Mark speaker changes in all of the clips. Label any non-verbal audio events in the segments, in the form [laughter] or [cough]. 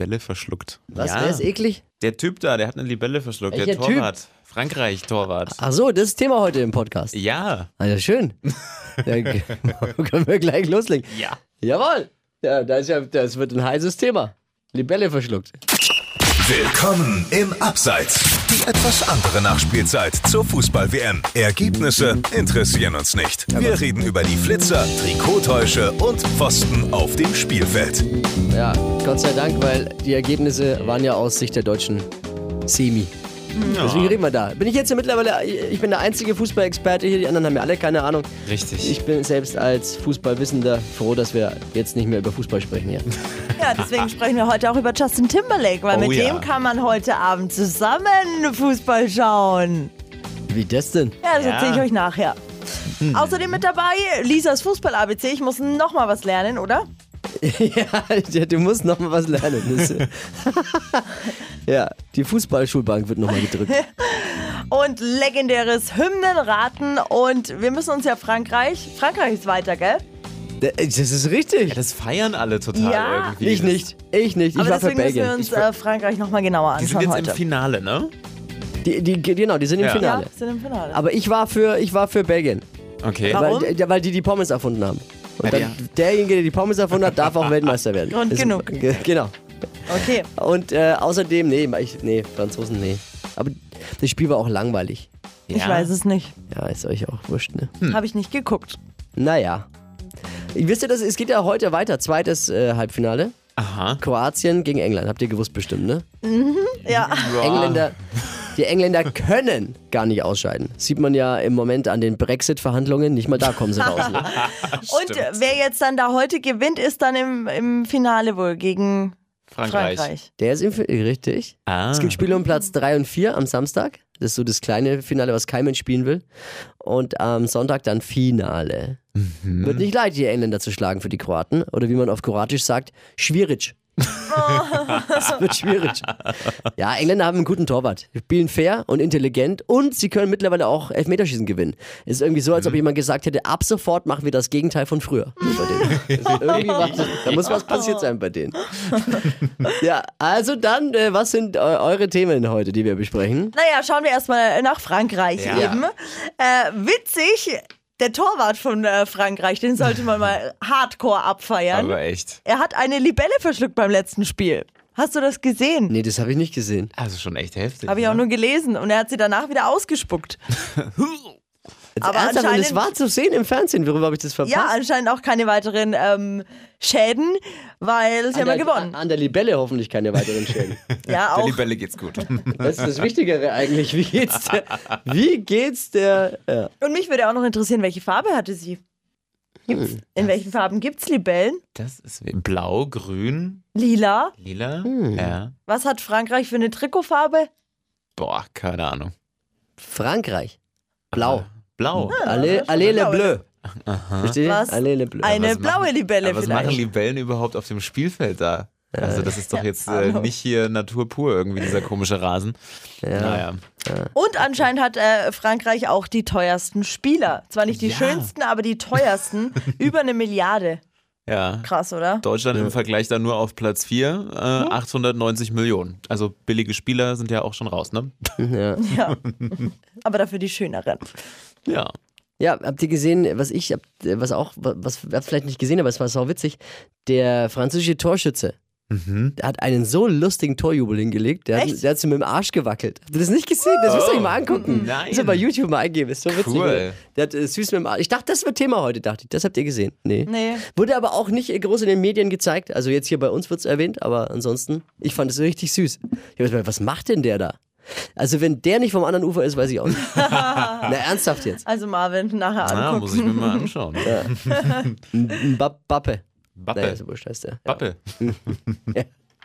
Speaker 1: Libelle verschluckt.
Speaker 2: Was,
Speaker 1: Ja.
Speaker 2: wer ist eklig?
Speaker 1: Der Typ da, der hat eine Libelle verschluckt. der
Speaker 2: Welcher Typ?
Speaker 1: Torwart. Frankreich-Torwart.
Speaker 2: Ach so, das ist Thema heute im Podcast.
Speaker 1: Ja.
Speaker 2: Ah, ja, schön. Ja, [laughs] g- können wir gleich loslegen.
Speaker 1: Ja.
Speaker 2: Jawohl. Ja, da ist ja, das wird ein heißes Thema. Libelle verschluckt.
Speaker 3: Willkommen im Abseits. Die etwas andere Nachspielzeit zur Fußball-WM. Ergebnisse interessieren uns nicht. Wir reden über die Flitzer, Trikottäusche und Pfosten auf dem Spielfeld.
Speaker 2: Ja, Gott sei Dank, weil die Ergebnisse waren ja aus Sicht der deutschen Semi. Deswegen reden wir da. Bin ich jetzt ja mittlerweile, ich bin der einzige Fußballexperte hier, die anderen haben ja alle keine Ahnung.
Speaker 1: Richtig.
Speaker 2: Ich bin selbst als Fußballwissender froh, dass wir jetzt nicht mehr über Fußball sprechen hier.
Speaker 4: Ja, deswegen sprechen wir heute auch über Justin Timberlake, weil
Speaker 1: Oh
Speaker 4: mit
Speaker 1: ja.
Speaker 4: dem kann man heute Abend zusammen Fußball schauen.
Speaker 2: Wie das denn?
Speaker 4: Ja, das
Speaker 1: Ja.
Speaker 4: erzähle ich euch nachher. Außerdem mit dabei Lisas Fußball-ABC. Ich muss noch mal was lernen, oder?
Speaker 2: [laughs] ja, du musst noch mal was lernen. Das,
Speaker 4: [laughs]
Speaker 2: ja, die Fußballschulbank wird noch mal gedrückt.
Speaker 4: Und legendäres Hymnenraten. Und wir müssen uns ja Frankreich. Frankreich ist weiter, gell?
Speaker 2: äh, Das ist richtig.
Speaker 1: das feiern alle total
Speaker 4: Ja.
Speaker 1: irgendwie.
Speaker 2: Ich nicht, ich nicht. Ich
Speaker 4: Aber
Speaker 2: war für
Speaker 4: deswegen müssen wir
Speaker 2: Belgien.
Speaker 4: uns
Speaker 2: Ich war-
Speaker 4: äh, Frankreich noch mal genauer
Speaker 1: Die sind
Speaker 4: anschauen
Speaker 1: jetzt im
Speaker 4: heute.
Speaker 1: Finale, ne?
Speaker 2: die, die, genau, die sind im
Speaker 1: Ja.
Speaker 2: Finale.
Speaker 4: äh, Ja, sind im Finale.
Speaker 2: Aber ich war für, ich war für Belgien,
Speaker 1: Okay.
Speaker 4: Warum?
Speaker 2: weil, ja, weil die die Pommes erfunden haben. Und
Speaker 1: Ja,
Speaker 2: dann,
Speaker 1: ja.
Speaker 2: derjenige, der die Pommes erfunden hat, darf auch Weltmeister werden.
Speaker 4: Grund
Speaker 2: Das-
Speaker 4: genug.
Speaker 2: ge- Genau.
Speaker 4: okay.
Speaker 2: Und äh, außerdem, nee, ich, nee, Franzosen, nee. Aber das Spiel war auch langweilig.
Speaker 4: Ich weiß es nicht.
Speaker 2: Ja, ist euch auch wurscht, ne?
Speaker 4: Habe ich nicht geguckt.
Speaker 2: Naja. Wisst ihr, das, es geht ja heute weiter. Zweites äh, Halbfinale.
Speaker 1: Aha.
Speaker 2: Kroatien gegen England. Habt ihr gewusst bestimmt, ne?
Speaker 4: Ja.
Speaker 1: Ah.
Speaker 2: Engländer, die Engländer können gar nicht ausscheiden. Sieht man ja im Moment an den Brexit-Verhandlungen. Nicht mal da kommen sie raus. Ne?
Speaker 4: Und äh, wer jetzt dann da heute gewinnt, ist dann im, im Finale wohl gegen
Speaker 1: Frankreich.
Speaker 4: Frankreich.
Speaker 2: Der ist im Fi- richtig.
Speaker 1: Ah.
Speaker 2: Es gibt Spiele um Platz 3 und 4 am Samstag. Das ist so das kleine Finale, was kein Mensch spielen will. Und am Sonntag dann Finale. Wird nicht leicht, die Engländer zu schlagen für die Kroaten. Oder wie man auf Kroatisch sagt, schwierig. Es wird schwierig. Ja, Engländer haben einen guten Torwart. Spielen fair und intelligent und sie können mittlerweile auch Elfmeterschießen gewinnen. Ist irgendwie so, als ob jemand gesagt hätte, ab sofort machen wir das Gegenteil von früher. Bei denen. Also irgendwie war, da muss was passiert sein bei denen. Ja, also dann, äh, was sind eu- eure Themen heute, die wir besprechen?
Speaker 4: Naja, schauen wir erstmal nach Frankreich
Speaker 1: Ja.
Speaker 4: eben. Äh, witzig, der Torwart von äh, Frankreich, den sollte man
Speaker 1: [laughs]
Speaker 4: mal hardcore abfeiern.
Speaker 1: Aber echt.
Speaker 4: er hat eine Libelle verschluckt beim letzten Spiel. Hast du das gesehen?
Speaker 2: Nee, das habe ich nicht gesehen.
Speaker 1: Also schon echt heftig. ne?
Speaker 4: Habe ich auch nur gelesen und er hat sie danach wieder ausgespuckt.
Speaker 2: Jetzt
Speaker 4: Aber
Speaker 2: ernsthaft, und es
Speaker 4: anscheinend-
Speaker 2: war zu sehen im Fernsehen. Worüber habe ich das verpasst?
Speaker 4: Ja, also anscheinend auch keine weiteren ähm, Schäden,
Speaker 1: Ah,
Speaker 4: weil sie haben ja gewonnen.
Speaker 2: An der Libelle hoffentlich keine weiteren Schäden.
Speaker 1: Der
Speaker 4: Ja, auch
Speaker 1: Libelle geht's
Speaker 2: [laughs]
Speaker 1: gut.
Speaker 2: Das ist das Wichtigere eigentlich. Wie geht's der? Wie geht's der? äh, Ja.
Speaker 4: Und mich würde auch noch interessieren, welche Farbe hatte sie? Gibt's,
Speaker 1: Hm.
Speaker 4: in welchen Farben gibt es Libellen?
Speaker 1: Das ist we- blau, grün,
Speaker 4: Lila?
Speaker 1: lila.
Speaker 2: Hm.
Speaker 1: Ja.
Speaker 4: Was hat Frankreich für eine Trikotfarbe?
Speaker 1: Boah, keine Ahnung.
Speaker 2: Frankreich. Blau.
Speaker 1: Blau.
Speaker 2: Allez, allez le bleu. Versteht ihr?
Speaker 4: Was?
Speaker 2: Allez le bleu.
Speaker 4: Eine
Speaker 1: was machen-
Speaker 4: blaue Libelle
Speaker 1: Aber was machen
Speaker 4: vielleicht.
Speaker 1: Libellen überhaupt auf dem Spielfeld da? Also das ist doch jetzt äh,
Speaker 4: Ahnung.
Speaker 1: nicht hier Natur pur irgendwie, dieser
Speaker 2: [laughs]
Speaker 1: komische Rasen. Naja.
Speaker 4: Und anscheinend hat äh, Frankreich auch die teuersten Spieler. Zwar nicht die
Speaker 1: Ja.
Speaker 4: schönsten, aber die
Speaker 1: [laughs]
Speaker 4: teuersten. Über eine Milliarde.
Speaker 1: Ja.
Speaker 4: Krass, oder?
Speaker 1: Deutschland im Vergleich dann nur auf Platz 4, äh,
Speaker 2: Hm?
Speaker 1: 890 Millionen. Also billige Spieler sind ja auch schon raus, ne?
Speaker 4: Ja. aber dafür die schöneren.
Speaker 1: Ja.
Speaker 2: Ja, habt ihr gesehen, was ich, hab- was auch, was habt vielleicht nicht gesehen, aber es war sau witzig. Der französische Torschütze der hat einen so lustigen Torjubel hingelegt, der, hat,
Speaker 4: Echt?
Speaker 2: der hat sie mit dem Arsch gewackelt. Habt ihr das nicht gesehen? Das müsst ihr euch mal angucken.
Speaker 1: Nein.
Speaker 2: Müsst ihr bei YouTube mal eingeben, ist so witzig.
Speaker 1: Cool.
Speaker 2: oder? Der hat äh, süß mit dem Arsch. Ich dachte, das wird Thema heute, dachte ich. Das habt ihr gesehen. Nee.
Speaker 4: Nee.
Speaker 2: Wurde aber auch nicht äh, groß in den Medien gezeigt. Also jetzt hier bei uns wird es erwähnt, aber ansonsten, ich fand es richtig süß. Ich hab gedacht, was macht denn der da? Also wenn der nicht vom anderen Ufer ist, weiß ich auch nicht. Na ernsthaft jetzt.
Speaker 4: Also Marvin, nachher
Speaker 1: Ah, muss
Speaker 4: angucken.
Speaker 1: ich mir mal
Speaker 2: [laughs]
Speaker 1: anschauen.
Speaker 2: Mbappe. Naja,
Speaker 1: Bappe.
Speaker 2: so wurscht heißt der.
Speaker 1: Bappe.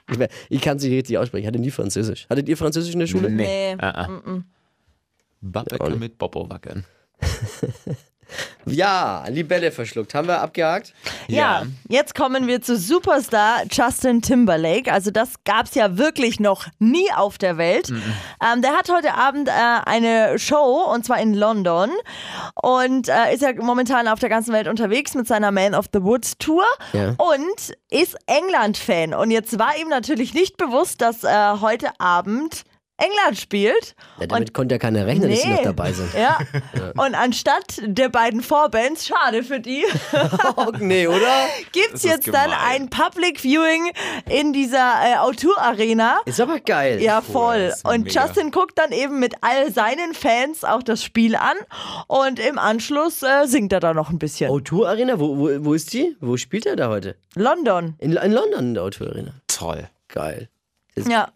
Speaker 2: Ich, mein, ich kann es nicht richtig aussprechen. Ich hatte nie Französisch. Hattet ihr Französisch in der Schule?
Speaker 4: Nee.
Speaker 1: Ah, ah. Bappe kann mit Bobo wackeln.
Speaker 2: Ja, Libelle verschluckt. Haben wir abgehakt?
Speaker 4: Ja.
Speaker 1: Ja.
Speaker 4: jetzt kommen wir zu Superstar Justin Timberlake. Also das gab's ja wirklich noch nie auf der Welt.
Speaker 2: Mhm.
Speaker 4: Ähm, der hat heute Abend äh, eine Show und zwar in London und äh, ist ja momentan auf der ganzen Welt unterwegs mit seiner Man of the Woods Tour
Speaker 2: Ja.
Speaker 4: und ist England-Fan. Und jetzt war ihm natürlich nicht bewusst, dass äh, heute Abend England spielt.
Speaker 2: Ja,
Speaker 4: und
Speaker 2: damit konnte ja keiner rechnen, dass sie noch dabei
Speaker 4: [laughs]
Speaker 2: sind. [laughs]
Speaker 4: Ja. Und anstatt der beiden Vorbands, schade für die,
Speaker 2: Oh, nee, oder?
Speaker 4: gibt's
Speaker 1: Das ist
Speaker 4: jetzt dann
Speaker 1: gemein.
Speaker 4: ein Public Viewing in dieser äh, O2 Arena.
Speaker 2: Ist aber geil.
Speaker 4: Ja, voll.
Speaker 1: das ist
Speaker 4: Und
Speaker 1: mega.
Speaker 4: Justin guckt dann eben mit all seinen Fans auch das Spiel an und im Anschluss äh, singt er da noch ein bisschen.
Speaker 1: Oh.
Speaker 2: O2 Arena, wo, wo, wo ist die? Wo spielt er da heute?
Speaker 4: London.
Speaker 2: In, in London in der O2 Arena.
Speaker 1: Toll.
Speaker 2: Geil.
Speaker 4: Ja.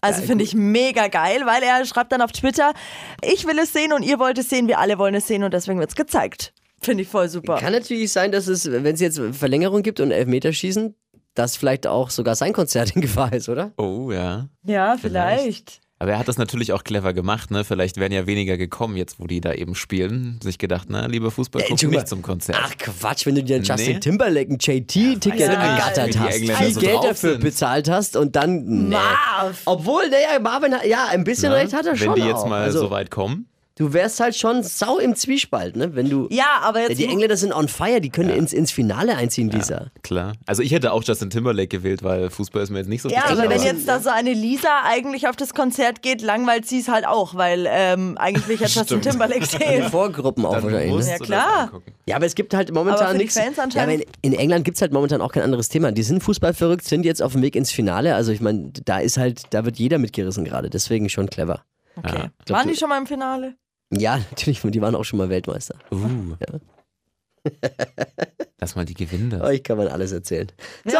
Speaker 4: Also finde ich mega geil, weil er schreibt dann auf Twitter, ich will es sehen und ihr wollt es sehen, wir alle wollen es sehen und deswegen wird's gezeigt. Finde ich voll super.
Speaker 2: Kann natürlich sein, dass es, wenn es jetzt Verlängerung gibt und Elfmeterschießen, dass vielleicht auch sogar sein Konzert in Gefahr ist, oder?
Speaker 1: Oh ja.
Speaker 4: ja, vielleicht.
Speaker 1: Aber er hat das natürlich auch clever gemacht, ne? Vielleicht wären ja weniger gekommen, jetzt wo die da eben spielen. Sich gedacht, na, lieber Fußball, guck
Speaker 2: Entschuldigung.
Speaker 1: nicht zum Konzert.
Speaker 2: Ach Quatsch, wenn du dir einen Justin
Speaker 1: Nee.
Speaker 2: Timberlake, ein JT-Ticket
Speaker 4: Ja, weiß
Speaker 2: ergattert
Speaker 4: ich nicht, wie
Speaker 2: hast,
Speaker 4: die
Speaker 1: Engländer
Speaker 2: viel
Speaker 1: so
Speaker 2: Geld
Speaker 1: drauf
Speaker 2: dafür
Speaker 1: sind.
Speaker 2: bezahlt hast und dann. Nee.
Speaker 4: Marv.
Speaker 2: Obwohl, naja, Marvin hat, ja, ein bisschen recht hat er
Speaker 1: Wenn
Speaker 2: schon.
Speaker 1: die jetzt
Speaker 2: auch.
Speaker 1: mal
Speaker 2: also,
Speaker 1: so weit kommen.
Speaker 2: Du wärst halt schon sau im Zwiespalt, ne? Wenn du.
Speaker 4: Ja, aber
Speaker 2: Ja,
Speaker 4: jetzt
Speaker 2: die Engländer sind on fire, die können ins, ins Finale einziehen, Lisa.
Speaker 1: Klar. Also ich hätte auch Justin Timberlake gewählt, weil Fußball ist mir jetzt nicht so
Speaker 4: Ja,
Speaker 1: wichtig,
Speaker 4: aber wenn
Speaker 1: aber-
Speaker 4: jetzt da so eine Lisa eigentlich auf das Konzert geht, langweilt sie es halt auch, weil ähm, eigentlich will ich ja Justin
Speaker 1: Stimmt.
Speaker 4: Timberlake
Speaker 2: In
Speaker 4: sehen.
Speaker 2: Vorgruppen auch wahrscheinlich. ne?
Speaker 1: musst
Speaker 4: Ja,
Speaker 1: du das
Speaker 4: klar.
Speaker 1: angucken.
Speaker 2: Ja, aber es gibt halt
Speaker 4: Aber
Speaker 2: momentan
Speaker 4: für die
Speaker 2: nichts.
Speaker 4: Fans
Speaker 2: ja, aber in,
Speaker 4: anscheinend-
Speaker 2: in England gibt es halt momentan auch kein anderes Thema. Die sind fußballverrückt, sind jetzt auf dem Weg ins Finale. Also ich meine, da ist halt, da wird jeder mitgerissen gerade. Deswegen schon clever.
Speaker 4: Okay.
Speaker 2: Glaub,
Speaker 4: Waren
Speaker 2: du-
Speaker 4: die schon mal im Finale?
Speaker 2: Ja, [laughs] natürlich, die waren auch schon mal Weltmeister.
Speaker 1: Uh. Lass mal die gewinnen. das.
Speaker 2: Euch kann man alles erzählen. So.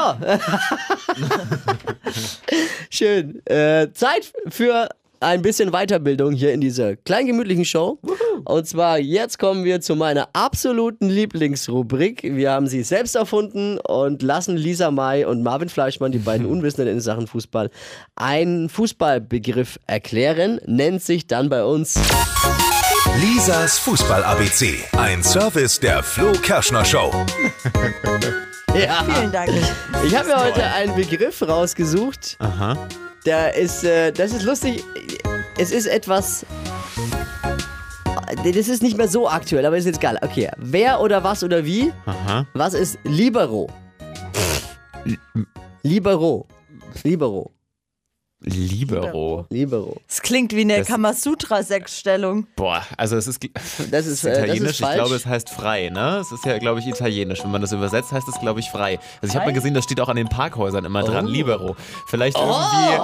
Speaker 2: Schön. Äh, Zeit für ein bisschen Weiterbildung hier in dieser kleinen gemütlichen Show. Und zwar jetzt kommen wir zu meiner absoluten Lieblingsrubrik. Wir haben sie selbst erfunden und lassen Lisa May und Marvin Fleischmann, die beiden Unwissenden in Sachen Fußball, einen Fußballbegriff erklären. Nennt sich dann bei uns
Speaker 3: Lisas Fußball-ABC. Ein Service der Flo Kerschner Show.
Speaker 2: ja.
Speaker 4: Vielen Dank.
Speaker 2: Ich habe mir heute einen Begriff rausgesucht.
Speaker 1: Aha.
Speaker 2: Da ist, äh, das ist lustig. Es ist etwas. äh, Das ist nicht mehr so aktuell, aber ist jetzt egal. Okay, wer oder was oder wie?
Speaker 1: Aha.
Speaker 2: Was ist Libero? Libero. Libero.
Speaker 1: Libero.
Speaker 2: Libero.
Speaker 4: Es klingt wie eine
Speaker 1: Das-
Speaker 4: Kamasutra-Sexstellung.
Speaker 1: Boah, also es ist, das
Speaker 2: Das ist, äh, das
Speaker 1: italienisch.
Speaker 2: ist
Speaker 1: ich
Speaker 2: falsch.
Speaker 1: glaube, es heißt frei, ne? Es ist ja, glaube ich, italienisch. Wenn man das übersetzt, heißt es, glaube ich, frei. Also ich habe mal gesehen, das steht auch an den Parkhäusern immer dran, Libero. Vielleicht irgendwie,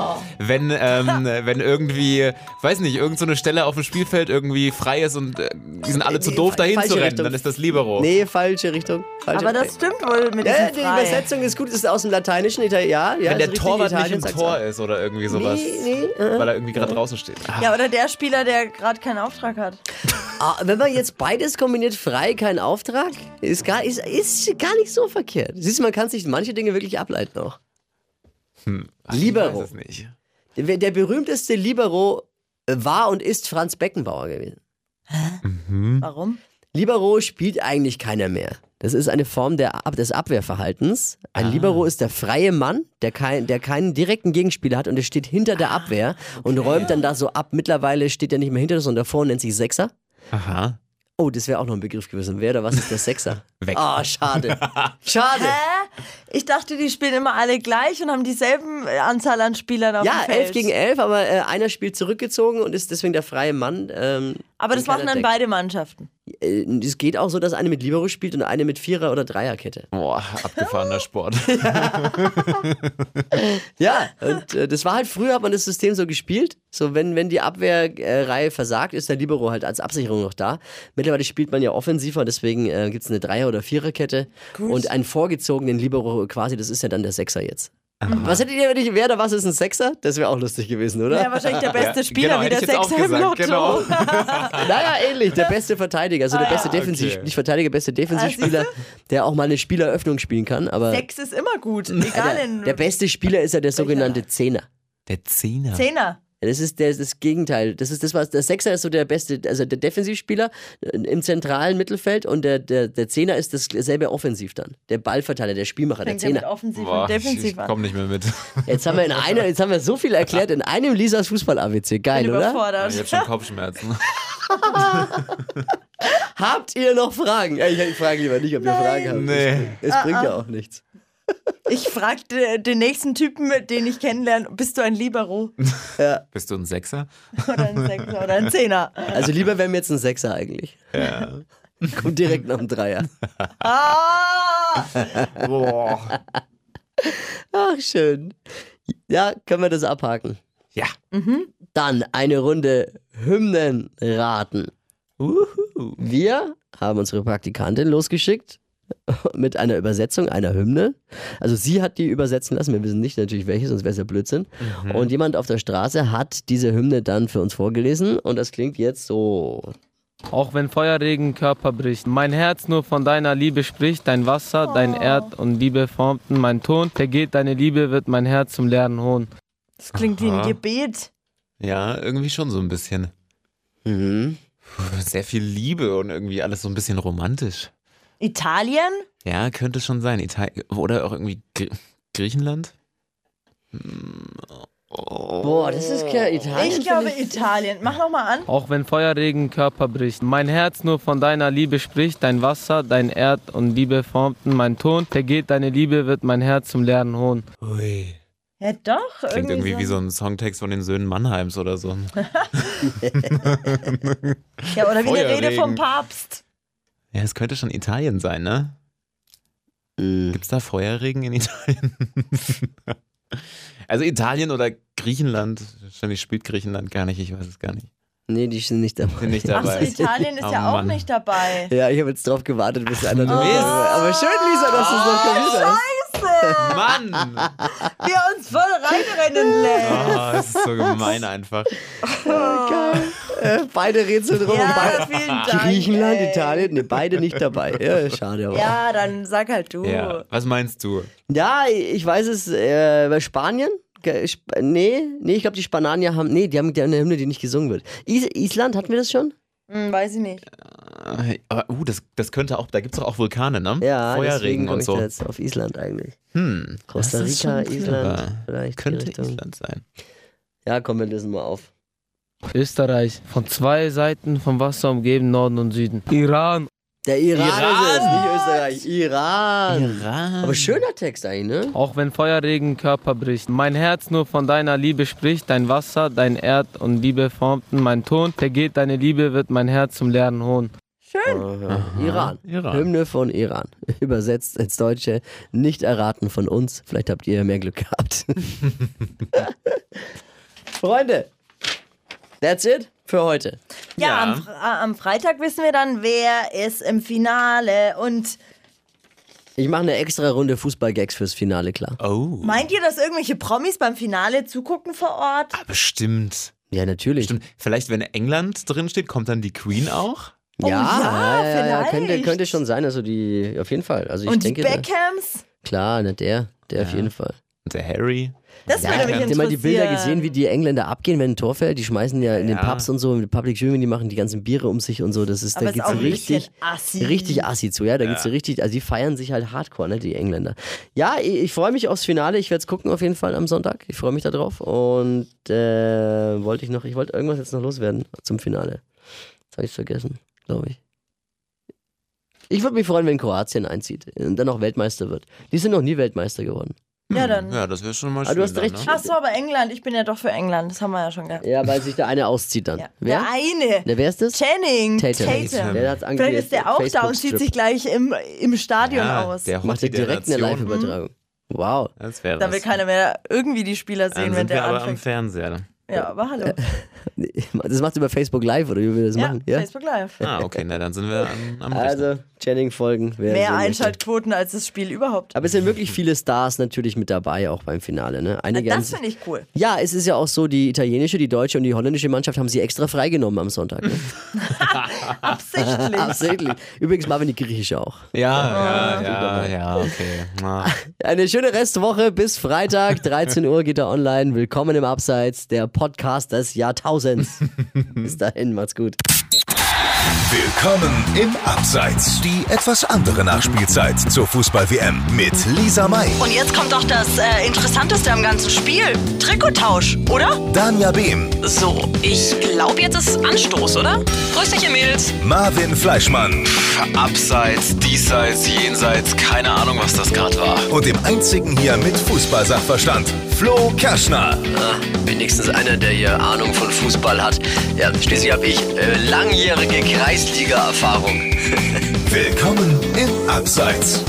Speaker 1: wenn, ähm, wenn irgendwie, weiß nicht, irgend so eine Stelle auf dem Spielfeld irgendwie frei ist und äh, die sind alle zu
Speaker 2: Nee,
Speaker 1: doof,
Speaker 2: fa-
Speaker 1: dahin
Speaker 2: falsche
Speaker 1: zu rennen,
Speaker 2: Richtung.
Speaker 1: dann ist das oh. Libero.
Speaker 2: nee, falsche Richtung. Falsche
Speaker 4: Aber das
Speaker 2: Richtung.
Speaker 4: stimmt wohl mit
Speaker 2: Äh,
Speaker 4: diesem
Speaker 2: die
Speaker 4: Frei.
Speaker 2: Übersetzung ist gut, ist aus dem Lateinischen. Itali ja, ja,
Speaker 4: Also
Speaker 1: Wenn der
Speaker 2: ist richtig,
Speaker 1: Torwart nicht
Speaker 2: Italien
Speaker 1: im
Speaker 2: sagt's
Speaker 1: Tor
Speaker 2: auch.
Speaker 1: ist oder irgendwie sowas,
Speaker 2: Nee, nee,
Speaker 1: weil er irgendwie gerade draußen steht. Ah,
Speaker 4: äh. Ja, oder der Spieler, der gerade keinen Auftrag hat.
Speaker 2: Ah, wenn man jetzt beides kombiniert, frei, kein Auftrag, ist gar, ist, ist gar nicht so verkehrt. Siehst du, man kann sich manche Dinge wirklich ableiten auch.
Speaker 1: hm. Ich
Speaker 2: Libero.
Speaker 1: weiß es nicht.
Speaker 2: Der, der berühmteste Libero äh, war und ist Franz Beckenbauer gewesen.
Speaker 4: Warum?
Speaker 2: Libero spielt eigentlich keiner mehr. Das ist eine Form der, Ab- des Abwehrverhaltens. Ein Libero ist der freie Mann, der, kein, der keinen direkten Gegenspieler hat und der steht hinter der Abwehr und räumt dann da so ab. Mittlerweile steht er nicht mehr hinter, sondern davor und nennt sich Sechser.
Speaker 1: Aha.
Speaker 2: Oh, das wäre auch noch ein Begriff gewesen. Wer oder was ist der Sechser?
Speaker 1: Weg.
Speaker 2: Ah, schade. Schade.
Speaker 4: Hä? Äh, Ich dachte, die spielen immer alle gleich und haben dieselben äh, Anzahl an Spielern auf
Speaker 2: Ja,
Speaker 4: dem Feld.
Speaker 2: 11 gegen 11, aber äh, einer spielt zurückgezogen und ist deswegen der freie Mann. Ähm,
Speaker 4: Aber das
Speaker 2: und keiner
Speaker 4: machen dann
Speaker 2: deckt.
Speaker 4: beide Mannschaften.
Speaker 2: Äh, es geht auch so, dass eine mit Libero spielt und eine mit Vierer- oder Dreierkette.
Speaker 1: Boah, abgefahrener
Speaker 4: [laughs]
Speaker 1: Sport.
Speaker 2: Ja, und äh, das war halt früher, hat man das System so gespielt. So, wenn, wenn die Abwehrreihe versagt, ist der Libero halt als Absicherung noch da. Mittlerweile spielt man ja offensiver, deswegen äh, gibt es eine Dreier- oder Viererkette und einen vorgezogenen Libero quasi, das ist ja dann der Sechser jetzt. Was hättet ihr, wenn ich, wer oder was ist ein Sechser? Das wäre auch lustig gewesen, oder?
Speaker 4: Ja, wahrscheinlich der beste
Speaker 1: Ja,
Speaker 4: Spieler
Speaker 1: genau,
Speaker 4: wie
Speaker 1: hätte ich
Speaker 4: der
Speaker 1: jetzt auch
Speaker 4: Sechser im Lotto.
Speaker 1: gesagt,
Speaker 4: [laughs]
Speaker 1: genau.
Speaker 2: Naja, ähnlich. Der beste Verteidiger,
Speaker 4: Ah,
Speaker 2: also der beste
Speaker 1: ja,
Speaker 2: Defensiv,
Speaker 1: okay.
Speaker 2: nicht Verteidiger, beste Defensivspieler, der auch mal eine Spieleröffnung spielen kann. Aber
Speaker 4: Sechs ist immer gut, egal
Speaker 2: der,
Speaker 4: in
Speaker 2: der beste Spieler ist ja der sogenannte Zehner.
Speaker 1: Der Zehner.
Speaker 4: Zehner.
Speaker 2: Ja, das ist der, das Gegenteil. Das ist das, was der Sechser ist so der beste, also der Defensivspieler äh, im zentralen Mittelfeld und der, der, der Zehner ist dasselbe Offensiv dann. Der Ballverteiler, der Spielmacher, der
Speaker 4: Fängt er mit
Speaker 2: Zehner.
Speaker 4: offensiv
Speaker 1: Boah,
Speaker 4: und defensiv
Speaker 1: ich
Speaker 4: an.
Speaker 1: komme nicht mehr
Speaker 4: [laughs]
Speaker 1: mit.
Speaker 2: Jetzt haben wir in einer, jetzt haben wir so viel erklärt in einem Lisas Fußball-ABC.
Speaker 4: bin
Speaker 2: Geil, oder?
Speaker 1: Ich habe
Speaker 4: überfordert.
Speaker 1: schon Kopfschmerzen.
Speaker 2: Habt ihr noch Fragen? Ja, Ich hätte Fragen lieber nicht, ob ihr Fragen habt.
Speaker 1: Nee.
Speaker 2: Es bringt
Speaker 4: Ah,
Speaker 2: ja auch nichts.
Speaker 4: Ich fragte den nächsten Typen, den ich kennenlerne, bist du ein Libero
Speaker 1: Bist du ein Sechser?
Speaker 4: oder ein Sechser oder ein Zehner?
Speaker 1: [laughs]
Speaker 2: Also lieber wären wir jetzt ein Sechser eigentlich.
Speaker 1: Ja.
Speaker 2: [laughs] Kommt direkt nach dem Dreier.
Speaker 4: Ah!
Speaker 1: Boah.
Speaker 2: Ach, schön. Ja, können wir das abhaken.
Speaker 1: Ja.
Speaker 4: Mhm.
Speaker 2: Dann eine Runde Hymnen raten.
Speaker 1: Uhu.
Speaker 2: Wir haben unsere Praktikantin losgeschickt mit einer Übersetzung einer Hymne. Also sie hat die übersetzen lassen. Wir wissen nicht natürlich welche, sonst wäre es ja Blödsinn.
Speaker 1: Mhm.
Speaker 2: Und jemand auf der Straße hat diese Hymne dann für uns vorgelesen und das klingt jetzt so.
Speaker 5: Auch wenn Feuerregen Körper bricht, mein Herz nur von deiner Liebe spricht, dein Wasser, dein Erd und Liebe formten mein Ton, vergeht deine Liebe, wird mein Herz zum leeren Hohn.
Speaker 4: Das klingt wie ein
Speaker 1: Aha.
Speaker 4: Gebet.
Speaker 1: Ja, irgendwie schon so ein bisschen.
Speaker 2: Mhm.
Speaker 1: Sehr viel Liebe und irgendwie alles so ein bisschen romantisch.
Speaker 4: Italien?
Speaker 1: Ja, könnte schon sein. Italien oder auch irgendwie Gr Griechenland? Oh.
Speaker 2: Boah, das ist klar. Italien.
Speaker 4: Ich glaube Italien. Mach nochmal an.
Speaker 5: Auch wenn Feuerregen Körper bricht, mein Herz nur von deiner Liebe spricht, dein Wasser, dein Erd und Liebe formten mein Ton, vergeht deine Liebe, wird mein Herz zum leeren Hohn.
Speaker 1: Ui.
Speaker 4: Ja doch.
Speaker 1: Klingt irgendwie wie so ein Songtext von den Söhnen Mannheims oder
Speaker 4: [laughs]
Speaker 1: so.
Speaker 4: Ja, oder wie eine
Speaker 1: Feuerregen.
Speaker 4: Rede vom Papst.
Speaker 1: Ja, es könnte schon Italien sein, ne?
Speaker 2: Mhm.
Speaker 1: Gibt's da Feuerregen in Italien? also Italien oder Griechenland? Wahrscheinlich spielt Griechenland gar nicht, ich weiß es gar nicht.
Speaker 2: Nee, die sind nicht dabei.
Speaker 1: Sind nicht
Speaker 4: Ach so,
Speaker 1: dabei.
Speaker 4: Italien ist
Speaker 1: [laughs] Oh,
Speaker 4: ja auch
Speaker 1: Mann.
Speaker 4: nicht
Speaker 1: [laughs]
Speaker 4: dabei.
Speaker 2: [laughs] Ja, ich habe jetzt drauf gewartet, bis einer dabei
Speaker 1: Mist.
Speaker 2: war. Aber schön, Lisa, dass du es noch gewusst hast.
Speaker 1: Mann!
Speaker 4: Wir uns voll reinrennen lässt.
Speaker 1: Oh, es ist so gemein einfach. Oh,
Speaker 2: Äh, beide Rätsel drum und
Speaker 4: Ja,
Speaker 2: beide.
Speaker 4: vielen Dank.
Speaker 2: Griechenland,
Speaker 4: ey.
Speaker 2: Italien, ne, beide nicht dabei.
Speaker 1: [laughs]
Speaker 2: Ja, schade aber. Ja,
Speaker 4: Ja, dann sag halt
Speaker 2: Uh.
Speaker 4: du.
Speaker 1: Ja, was meinst du?
Speaker 2: ja ich weiß es, äh, bei Spanien? Ge- Sp nee, nee, ich glaube, die Spanier haben, nee, die haben eine Hymne, die nicht gesungen wird. Is Island, hatten wir das schon?
Speaker 4: Hm, weiß ich nicht.
Speaker 1: Äh, Aber uh, das, das könnte auch, da gibt's doch auch Vulkane, ne?
Speaker 2: Ja, deswegen
Speaker 1: Feuerregen
Speaker 2: komm
Speaker 1: und
Speaker 2: ich
Speaker 1: so.
Speaker 2: da jetzt auf Island eigentlich.
Speaker 1: Hm,
Speaker 2: Costa
Speaker 1: das ist
Speaker 2: Rica,
Speaker 1: schon
Speaker 2: Island,
Speaker 1: clever.
Speaker 2: vielleicht die
Speaker 1: Könnte
Speaker 2: Richtung.
Speaker 1: Island sein.
Speaker 2: Ja, komm, wir lösen mal auf.
Speaker 5: Österreich, von zwei Seiten vom Wasser umgeben, Norden und Süden. Iran,
Speaker 2: Der Iran, ist es,
Speaker 1: Iran!
Speaker 2: nicht Österreich. Iran.
Speaker 1: Iran.
Speaker 2: Aber schöner Text eigentlich, ne?
Speaker 5: Auch wenn Feuerregen Körper bricht, mein Herz nur von deiner Liebe spricht, dein Wasser, dein Erd und Liebe formten mein Ton, vergeht deine Liebe, wird mein Herz zum leeren Hohn.
Speaker 2: Aha. Oh, Iran.
Speaker 1: Iran.
Speaker 2: Hymne von Iran. [laughs] Übersetzt ins Deutsche. Nicht erraten von uns. Vielleicht habt ihr mehr Glück gehabt. Freunde, that's it für heute.
Speaker 4: Ja,
Speaker 1: Ja.
Speaker 4: Am, Fre- äh, am Freitag wissen wir dann, wer ist im Finale. Und
Speaker 2: Ich mache eine extra Runde Fußballgags fürs Finale klar.
Speaker 1: Oh,
Speaker 4: meint ihr, dass irgendwelche Promis beim Finale zugucken vor Ort?
Speaker 1: bestimmt.
Speaker 2: Ja, natürlich.
Speaker 1: Stimmt. Vielleicht, wenn England drin steht, kommt dann die Queen auch?
Speaker 2: Ja,
Speaker 4: ja, vielleicht.
Speaker 2: könnte, könnte schon sein. Also die, auf jeden Fall. Also ich
Speaker 4: Und die
Speaker 2: denke, da-
Speaker 4: Beckhams?
Speaker 2: klar, ne, der, der auf jeden Fall.
Speaker 1: Und der Harry?
Speaker 4: Das
Speaker 2: Ja,
Speaker 4: würde
Speaker 2: habt
Speaker 4: mich
Speaker 2: ihr
Speaker 4: interessieren.
Speaker 2: mal die Bilder gesehen, wie die Engländer abgehen, wenn ein Tor fällt? Die schmeißen ja in den
Speaker 1: Ja.
Speaker 2: Pubs und so, in den Public Viewing, die machen die ganzen Biere um sich und so. Das ist,
Speaker 4: Aber
Speaker 2: da
Speaker 4: ist
Speaker 2: geht's
Speaker 4: auch
Speaker 2: so
Speaker 4: ein bisschen
Speaker 2: richtig,
Speaker 4: assi.
Speaker 2: richtig assi zu, ja. Da geht's so richtig, also die feiern sich halt hardcore, ne, die Engländer. Ja, ich, ich freue mich aufs Finale. Ich werde es gucken auf jeden Fall am Sonntag. Ich freue mich darauf. Und äh, wollte ich noch, ich wollte irgendwas jetzt noch loswerden zum Finale. Jetzt habe ich vergessen, glaube ich. Ich würde mich freuen, wenn Kroatien einzieht und dann auch Weltmeister wird. Die sind noch nie Weltmeister geworden.
Speaker 4: Ja, dann.
Speaker 1: Ja, das wäre schon mal
Speaker 2: Aber
Speaker 1: schön.
Speaker 2: du hast
Speaker 1: dann,
Speaker 2: recht.
Speaker 1: Ne?
Speaker 4: Ach so, aber England. Ich bin ja doch für England. Das haben wir ja schon gehabt.
Speaker 2: Ja, weil sich der eine auszieht dann.
Speaker 4: Ja.
Speaker 2: Wer?
Speaker 4: Der eine.
Speaker 2: Na, wer ist das?
Speaker 4: Channing.
Speaker 2: Tatum.
Speaker 1: Tatum.
Speaker 2: Der hat's
Speaker 4: Vielleicht ist der auch da und zieht sich gleich im, im Stadion
Speaker 1: ja,
Speaker 4: aus.
Speaker 1: Der
Speaker 2: Macht
Speaker 1: Hottie
Speaker 2: er
Speaker 1: der
Speaker 2: direkt eine
Speaker 1: Nation.
Speaker 2: Live-Übertragung. Wow. [laughs]
Speaker 1: Das wäre
Speaker 4: Da will
Speaker 1: was.
Speaker 4: keiner mehr irgendwie die Spieler
Speaker 1: dann
Speaker 4: sehen,
Speaker 1: sind
Speaker 4: wenn
Speaker 1: wir
Speaker 4: der
Speaker 1: aber am
Speaker 4: anfängt.
Speaker 1: Fernseher.
Speaker 4: Ja, aber hallo.
Speaker 2: Äh, Das macht über Facebook Live, oder wie wir das
Speaker 4: Ja,
Speaker 2: machen? Ja.
Speaker 4: Facebook Live.
Speaker 1: Ah, okay, na, dann sind wir am, am Rechner.
Speaker 2: [laughs] Also, Channing folgen. Wer sehen
Speaker 4: Mehr
Speaker 2: möchte.
Speaker 4: Einschaltquoten als das Spiel überhaupt.
Speaker 2: Also, Aber es sind wirklich viele Stars natürlich mit dabei, auch beim Finale. Ne? Einige
Speaker 4: Das
Speaker 2: haben-
Speaker 4: finde ich cool.
Speaker 2: ja, es ist ja auch so, die italienische, die deutsche und die holländische Mannschaft haben sie extra freigenommen am Sonntag. Ne? [laughs]
Speaker 4: Absichtlich.
Speaker 2: Tatsächlich. Übrigens Marvin die griechische auch. [laughs]
Speaker 1: Ja, ja,
Speaker 2: also,
Speaker 1: ja,
Speaker 2: genau.
Speaker 1: ja, okay. Ah.
Speaker 2: Eine schöne Restwoche bis Freitag, 13 Uhr geht er online. Willkommen im Abseits, der Podcast. Podcast des Jahrtausends. Bis dahin, macht's gut.
Speaker 3: Willkommen im Abseits. Die etwas andere Nachspielzeit zur Fußball-WM mit Lisa May,
Speaker 6: Und jetzt kommt doch das äh, Interessanteste am ganzen Spiel. Trikottausch, oder?
Speaker 3: Danja Behm,
Speaker 6: So, ich glaube, jetzt ist Anstoß, oder? Grüß dich, ihr Mädels.
Speaker 3: Marvin Fleischmann
Speaker 7: Abseits, diesseits, jenseits, keine Ahnung, was das gerade war.
Speaker 3: und dem einzigen hier mit Fußballsachverstand, Flo Kerschner.
Speaker 7: Ah, wenigstens einer, der hier Ahnung von Fußball hat. Ja, schließlich habe ich äh, langjährige Kreisliga-Erfahrung.
Speaker 3: Willkommen im Abseits.